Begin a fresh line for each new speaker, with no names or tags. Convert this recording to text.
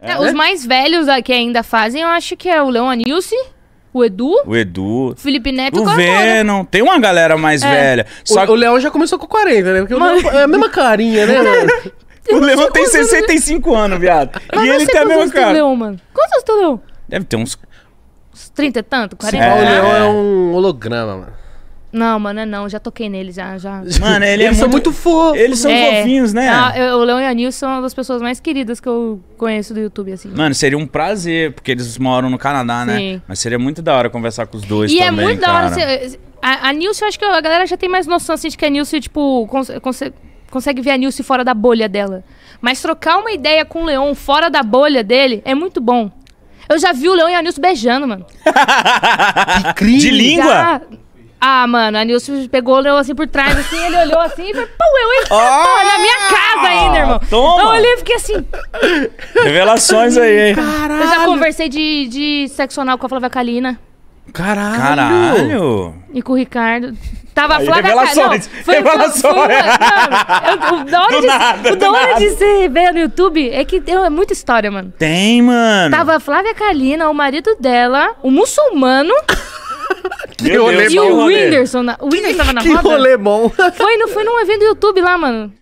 É,
Né?
os mais velhos a- que ainda fazem, eu acho que é o Leon Anilce, o Edu, né? É.
O Edu.
o Felipe Neto e
O
o Carmona.
Venom. Tem uma galera mais velha. Só
O,
que
o Leão já começou com 40, né? Porque o
Mas-
Leão é a mesma carinha, né, mano?
o Leão tem 65 anos, viado.
Mas
e
não
ele
sei
tem a
quantos
mesma
anos tem o
cara.
Leão, mano. Quantos anos tem o Leão?
Deve ter uns.
Uns 30 e tanto? 40
Ah, O
É.
Leão é um holograma, mano.
Não, mano, é não. Já toquei nele, já. já.
Mano, ele é
Eles são
muito.
muito fofos.
Eles são
É.
fofinhos, né?
Ah, eu- o Leão e a Nil são uma das pessoas mais queridas que eu conheço do YouTube, assim.
Mano, seria um prazer, porque eles moram no Canadá, né?
Sim.
Mas seria muito da hora conversar com os dois
E é
também,
muito da hora.
cara.
você- a, a Nilce, eu acho que a galera já tem mais noção assim, de que a Nilce, tipo, cons- conse- consegue ver a Nilce fora da bolha dela. Mas trocar uma ideia com o Leon fora da bolha dele é muito bom. Eu já vi o Leon e a Nilce beijando, mano.
Incrível.
De língua?
Já- Ah, mano, a Nilce pegou o Leon assim por trás, assim, ele olhou assim e foi, pô, eu entro
Ah!
na minha casa ainda, irmão.
Toma!
Eu olhei e fiquei assim,
Revelações aí, hein?
eu já conversei de, de sexo anal com a Flávia Kalina
Caralho.
Caralho!
e com o Ricardo. Tava a
Aí,
Flávia
revelações,
Kalina. Foi,
revelações.
foi uma- mano, eu- o da hora
Do
de,
nada,
o
do
da hora
nada.
de ser velho no YouTube é que tem é muita história, mano.
Tem, mano!
Tava a Flávia Kalina, o marido dela, o muçulmano
Meu
Que rolê
Deus,
e
que
o
rolê.
Whindersson. na- O Whindersson tava na
Que
roda?
rolê bom.
Foi, no, foi num evento do YouTube lá, mano.